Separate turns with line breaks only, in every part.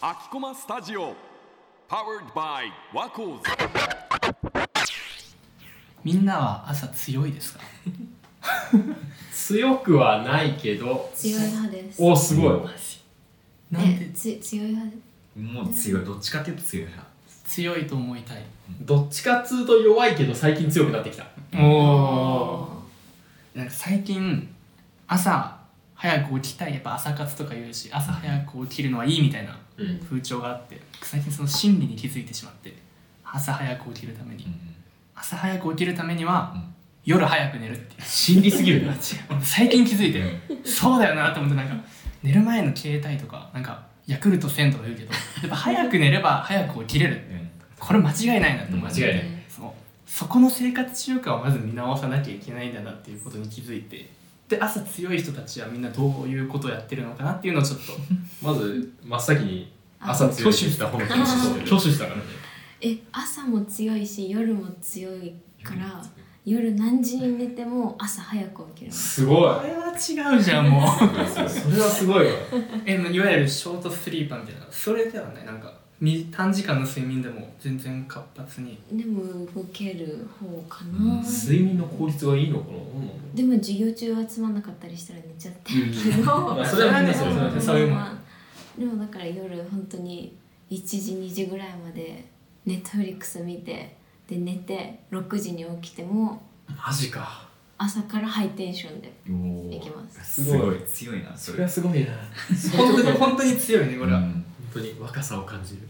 アキコマスタジオ Powered by ワコーズ
みんなは朝強いですか
強くはないけど
強い派です。
おすごい
なん
え
で
つ強い派で
もう強いどっちかっていうと強いな
強いと思いたい
どっちかっつうと弱いけど最近強くなってきた
おなんか最近朝早く起きたいやっぱ朝活とか言うし朝早く起きるのはいいみたいな
うん
風潮があって最近その心理に気づいてしまって朝早く起きるために朝早く起きるためには
うん
夜早く寝るっていう
心理すぎるな
最近気づいてそうだよなと思ってなんか寝る前の携帯とかなんかヤクルト1000とか言うけどやっぱ早く寝れば早く起きれるこれ間違いないなって思って
間違いない
そうそこの生活習慣をまず見直さなきゃいけないんだなっていうことに気づいてで朝強い人たちはみんなどういうことをやってるのかなっていうのをち ょっと
まず真っ先に朝強い
挙手した
方の
挙手してる
挙手したからね
え朝も強いし夜も強いから夜何時に寝ても朝早く起きる。
すごい
これは違うじゃんもう
それはすごいわ
えいわゆるショートスリーパーみたいなそれではねなんかみ短時間の睡眠でも全然活発に
でも動ける方かな。
睡眠の効率がいいのか
でも授業中はつまんなかったりしたら寝ちゃってるけ ど。
なそれはみんな
そ
そうう
だね
そ
それ
れ
も
も
でもだから夜本当に1時2時ぐらいまでネットフリックス見てで寝て6時に起きても
マジか
朝からハイテンションで
うん
いきます
すごい強いなそ
そ
れ
れはすご いな
本当に本当に強いねこれは、
うん
本当に若さを感じる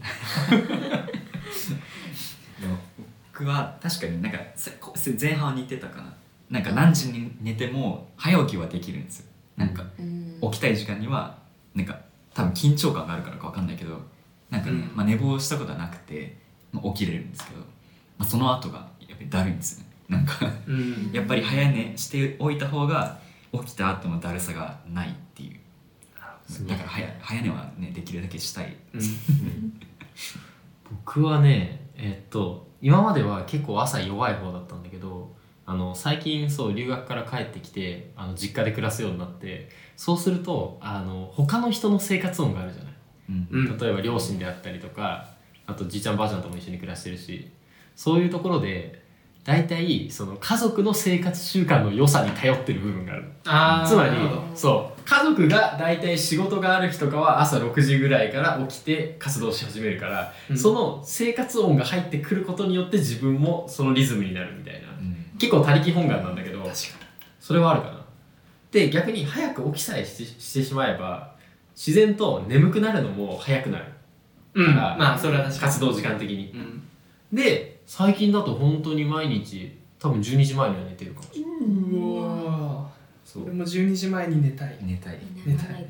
でも僕は確かになんかせこ前半は似てたかななんか何時に寝ても早起きはできるんですよなんか
うん
起きたい時間にはなんか多分緊張感があるからかわかんないけどなんかね、
うん
まあ、寝坊したことはなくて、まあ、起きれるんですけど、まあ、その後がやっぱりだるいんですよねなんか
うん
やっぱり早寝しておいた方が起きた後のだるさがないっていうだから早早寝はねできるだけしたい、
うん
僕はねえっと今までは結構朝弱い方だったんだけどあの最近そう留学から帰ってきてあの実家で暮らすようになってそうするとあの他の人の生活音があるじゃない、
うん
うん
例えば両親であったりとかあとじいちゃんばあちゃんとも一緒に暮らしてるしそういうところで大体その家族の生活習慣の良さに頼ってる部分がある
あー
つまり
なるほど
そう家族が大体仕事がある日とかは朝6時ぐらいから起きて活動し始めるから、
うん
その生活音が入ってくることによって自分もそのリズムになるみたいな
うん
結構他力本願なんだけどそれはあるかなで逆に早く起きさえししてしまえば自然と眠くなるのも早くなる
うんまあそれは確かに
活動時間的に
うん
で最近だと本当に毎日多分12時前には寝てるかもしれないう
わ
そう
俺も12時前に寝たい
寝たい
寝ない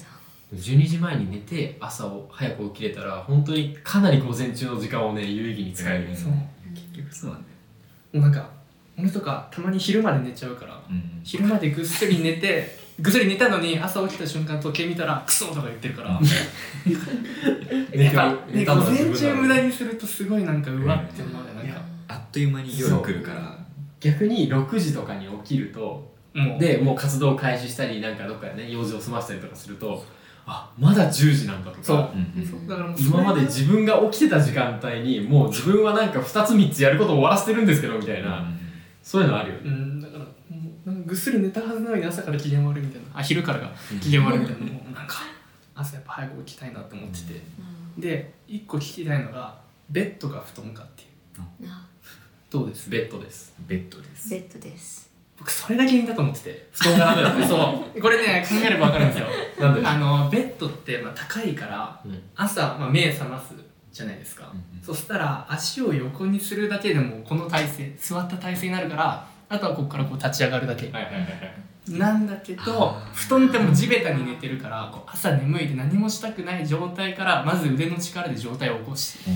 と
12時前に寝て朝を早く起きれたら本当にかなり午前中の時間をね有意義に使える、
うん
そう
結局そうなんだよ、
もうなんか俺とかたまに昼まで寝ちゃうから
うん
昼までぐっすり寝てぐっすり寝たのに朝起きた瞬間時計見たらクソとか言ってるからやっぱね午前中無駄にするとすごいなんかうわって思うねなんか
あっという間に夜来るから
逆に6時とかに起きると
もう
でもう活動開始したりなんかどっかでね用事を済ませたりとかするとあまだ10時なんだとか
そう
うんうん
だからもうそれ
今まで自分が起きてた時間帯にもう自分はなんか2つ3つやることを終わらせてるんですけどみたいな、そういうのあるよね
うんだからもうなんかぐっすり寝たはずなのに朝から機嫌悪いみたいなあ昼からが機嫌悪いみたいなもうなんか朝やっぱ早く起きたいなと思っててで一個聞きたいのがベッドか布団かっていう
うんあ
どうです
ベッドです
ベッドです
ベッドです
僕それが原因だと思ってて布団がダメだったそうこれね考えれば分かるんですよ
なんで
あのベッドってまあ高いから
うん
朝、まあ、目覚ますじゃないですか、
うんうん
そしたら足を横にするだけでもこの体勢座った体勢になるからあとはここからこう立ち上がるだけ
はいはいはいはい
なんだけど布団ってもう地べたに寝てるからこう朝眠いで何もしたくない状態からまず腕の力で上体を起こして
う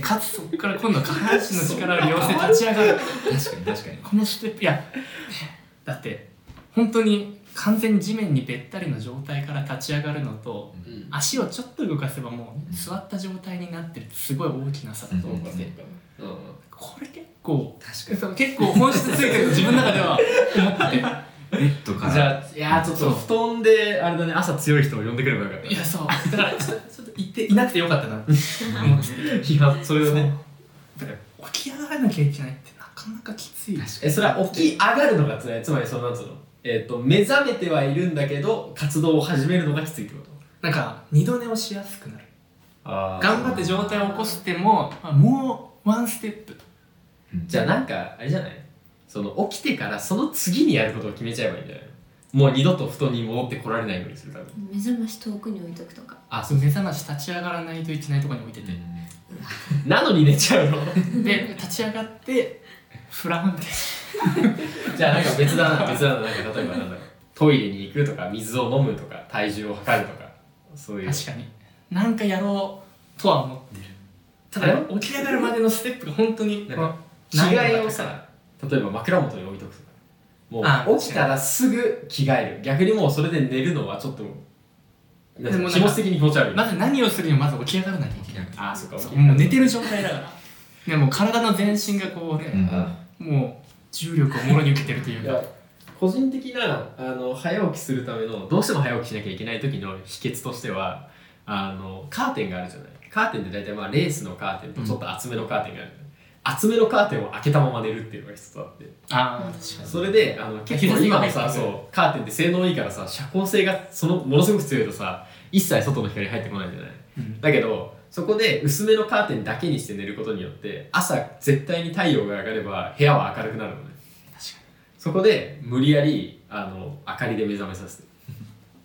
でかつそこから今度は下半身の力を利用して立ち上がる
確かに確かに
このステップいやだって本当に完全に地面にべったりの状態から立ち上がるのと
うん
足をちょっと動かせばもう座った状態になってるってすごい大きな差だと思っててこれ結構
確かに
そう結構本質ついてると自分の中では思ってて
ベッドから
じゃあいやーちょっと布団であれだね朝強い人を呼んでくればよかっ
いやそうだからちょっとちょっと行っていなくてよかったなって思ってて
たいやそれをね
だから起き上がらなきゃいけないってなかなかきつい
えそれは起き上がるのが辛いつまりそのなんつうのえっ、と目覚めてはいるんだけど活動を始めるのがきついってこと
なんか二度寝をしやすくなる
あー
頑張って状態を起こしてもあもうワンステップ
じゃあなんかあれじゃないその起きてからその次にやることを決めちゃえばいいんじゃないのもう二度と布団に戻ってこられないようにするため に
目覚まし遠くに置いとくとか
あそう目覚まし立ち上がらないといけないところに置いてて、
なのに寝ちゃうの
で立ち上がってフランって
じゃあなんか別 だな別だななんか例えばなんだろうトイレに行くとか水を飲むとか体重を測るとかそういう
確かになんかやろうとは思ってるた
あ
だ
れ
起き上がるまでのステップが本当に
なんか着
難易度が高い
替えをさ例えば枕元に置いとくとか
あ
もう起きたらすぐ着替える逆にもうそれで寝るのはちょっとなん
でもなん
か
か
気持ち的に気持ち悪い
まず何をするにもまず起き上がらなきゃいけない
ああそっか
そうもう寝てる状態だからでもう体の全身がこう
う
ね、
ん
もう重力をもろに受けてるという
い
か
や個人的なあの早起きするためのどうしても早起きしなきゃいけない時の秘訣としてはあのカーテンがあるじゃないカーテンって大体まあレースのカーテンとちょっと厚めのカーテンがあるじゃない、厚めのカーテンを開けたまま寝るっていうのが一つあって
ああ確かに
それであの結構今のさそうカーテンって性能いいからさ遮光性がそのものすごく強いとさ一切外の光入ってこないじゃない
うん
だけどそこで薄めのカーテンだけにして寝ることによって朝絶対に太陽が上がれば部屋は明るくなるのね
確か
そこで無理やりあの明かりで目覚めさせて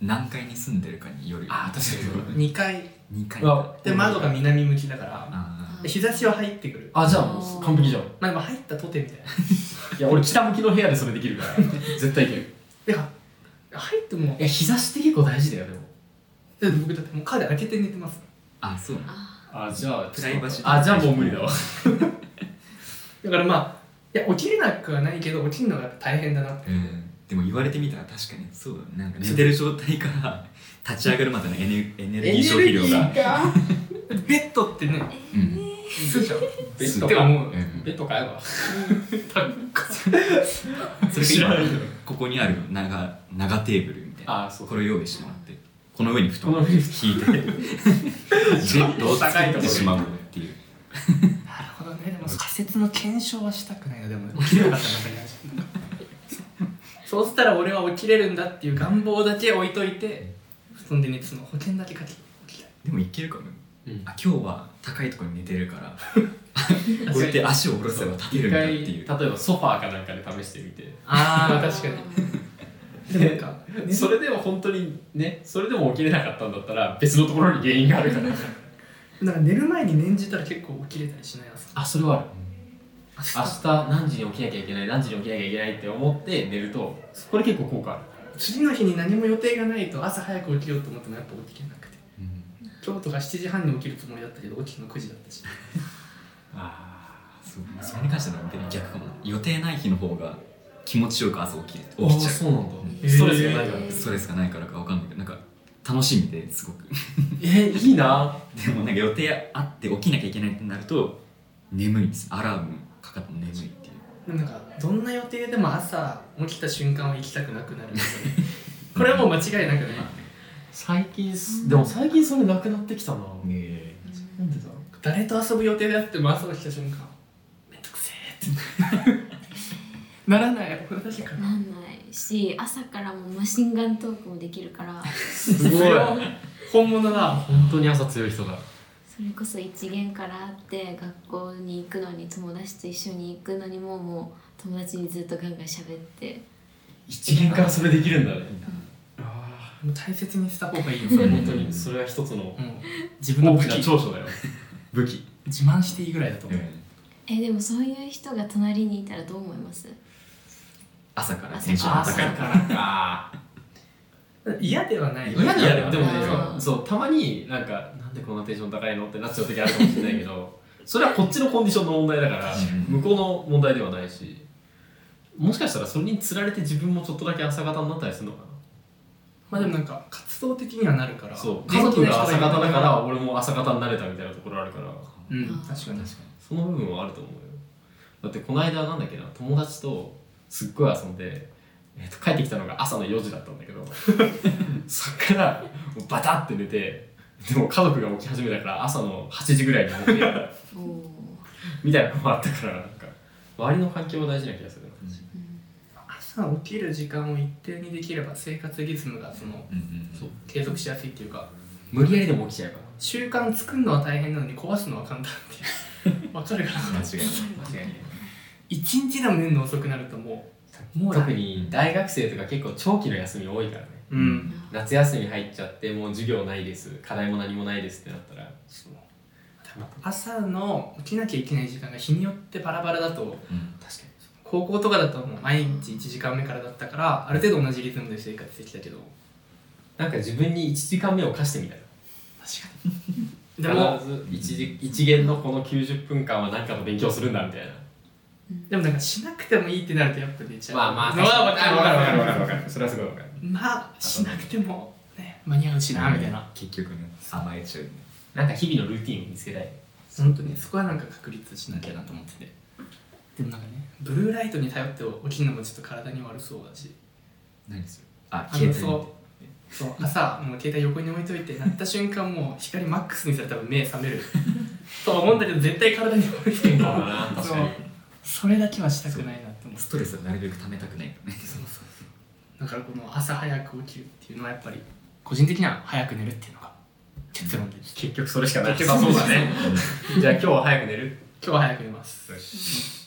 何階に住んでるかによるよ
確か
に2階
2階
あ
で窓が南向きだから
あ
で日差しは入ってくる
あじゃあもう完璧じゃん
まあでも入ったとてみたいない
や俺北向きの部屋でそれできるから 絶対いける
いや入っても
いや日差しって結構大事だよでも
だって僕だってもうカーテン開けて寝てます
あそう
あ
あじゃあ
プライバシー
あじゃあもう無理だわ
だからまあいや起きれなくはないけど起きるのが大変だなって
うんでも言われてみたら確かにそうだねなんか寝てる状態から立ち上がるまでのエネエネルギー消費量が
ベッドってね
うん
すぐじゃん
ベッド
って
か
思う
うん
ベッド買えば
それが今ここにある長長テーブルみたいな
あそう
これを用意してもらってこの上に布団
こ
を
の上に
敷 いてベッドを作ってしまうっていう
なるほどねでも仮説の検証はしたくないなでも起きれなかったらなんか嫌じゃんそうしたら俺は起きれるんだっていう願望だけ置いといて布団で寝てその保険だけかけて起きたい
でもいけるかもよ
うん
あ今日は高いところに寝てるか らこうやって足を下ろせば立てる
一
んだっ
回
て
例
い
え
う
ばソファーかなんかで試してみて
あ
ー
確かに
で
でも なんか
それでも本当にねそれでも起きれなかったんだったら別のところに原因があるから
なんか寝る前に念じたら結構起きれたりしない朝
あそれはある明日何時に起きなきゃいけない何時に起きなきゃいけないって思って寝るとこれ結構効果ある
次の日に何も予定がないと朝早く起きようと思ってもやっぱ起きれなくて
うん
今日とか7時半に起きるつもりだったけど起きるの9時だったし
あーそうそれに関しては逆かもな予定ない日の方が気持ちよく朝起きる起きちゃう
うなんだ
えー
ストレスがないから、
ストレスがないからかわかんないけどなんか楽しみですごく
えーいいな
でもなんか予定あって起きなきゃいけないってなると眠いんですアラームかかっても眠いっていう
でもなんかどんな予定でも朝起きた瞬間は行きたくなくなるん ですよねこれはもう間違いなくね
最近すでも最近それなくなってきたな
え
なんでだ
誰と遊ぶ予定であっても朝起きた瞬間めんどくせえってならない私か
な
ら
んないし朝からもうマシンガントークもできるから
すごい
本物だ
本当に朝強い人だ
それこそ一元からあって学校に行くのに友達と一緒に行くのにももう友達にずっとガンガン喋って
一元からそれできるんだね
あーもう大切にした方がいいよ
そ れ
本当にそれは一つの
もう自分の
大
武
きな
器
長所だよ武器
自慢していいぐらいだと思う、
えでもそういう人が隣にいたらどう思います
朝からテンションが
朝
高
から
い
ああ
嫌ではない
嫌だよねでも
あー
ねそうたまになんかなんでこんなテンション高いのってなっちゃう時あるかもしれないけ どそれはこっちのコンディションの問題だから
うん
向こうの問題ではないしもしかしたらそれにつられて自分もちょっとだけ朝方になったりするのか
まあでもなんか活動的にはなるから
なそう家族が朝方だか
元
ら俺も朝方になれたみたいなところあるから
気な人がいるうん確かに確か
その部分はあると思うよだってこの間なんだっけな友達とすっごい遊んでえっと帰ってきたのが朝の4時だったんだけどそっからもうバタッて寝てでも家族が起き始めたから朝の8時ぐらいに起きて
おお
みたいなのもあったからなんか周りの環境も大事な気がするな
朝起きる時間を一定にできれば生活リズムがその
うんうん
そう継続しやすいっていうか
無理やりでも起きちゃうか
習慣作るのは大変なのに壊すのは簡単っていう わかるかな
間違い
ら
ない
間違いない
一日でも寝るの遅くなるとももう
特に大学生とか結構長期の休み多いからね
ううん
夏休み入っちゃってもう授業ないです課題も何もないですってなったら
朝の起きなきゃいけない時間が日によってバラバラだと
うん
確かに
高校とかだともう毎日1時間目からだったからある程度同じリズムで生活できたけど
なんか自分に1時間目を課してみたら
でも
必ず一時一限のこの90分間は何かの勉強するんだみたいな
でもなんかしなくてもいいってなるとやっぱ出ちゃう
まあまあ
のはわかるわかるわかる
わかるわかるそれはすごいわかる
まあしなくても、ね、間に合うしなみたいな
結局ね甘えちゃうよね
なんか日々のルーティンを見つけたい
本当にそこはなんか確立しなきゃなと思っててでもなんかねブルーライトに頼って起きるのもちょっと体に悪そうだし
何するあ
あ
携
のそ
帯見て
うそう朝もう携帯横に置いといて鳴った瞬間もう光マックスにされたら目覚め るとは思うんだけど絶対体に悪いけど
確かに
それだけはしたくないなって思って
ストレスをなるべく溜めたくないよね
だからこの朝早く起きるっていうのはやっぱり個人的には早く寝るっていうのが結論です
結局それしかな
結局そうだ
ねじゃあ今日は早く寝る
今日は早く寝ます
よし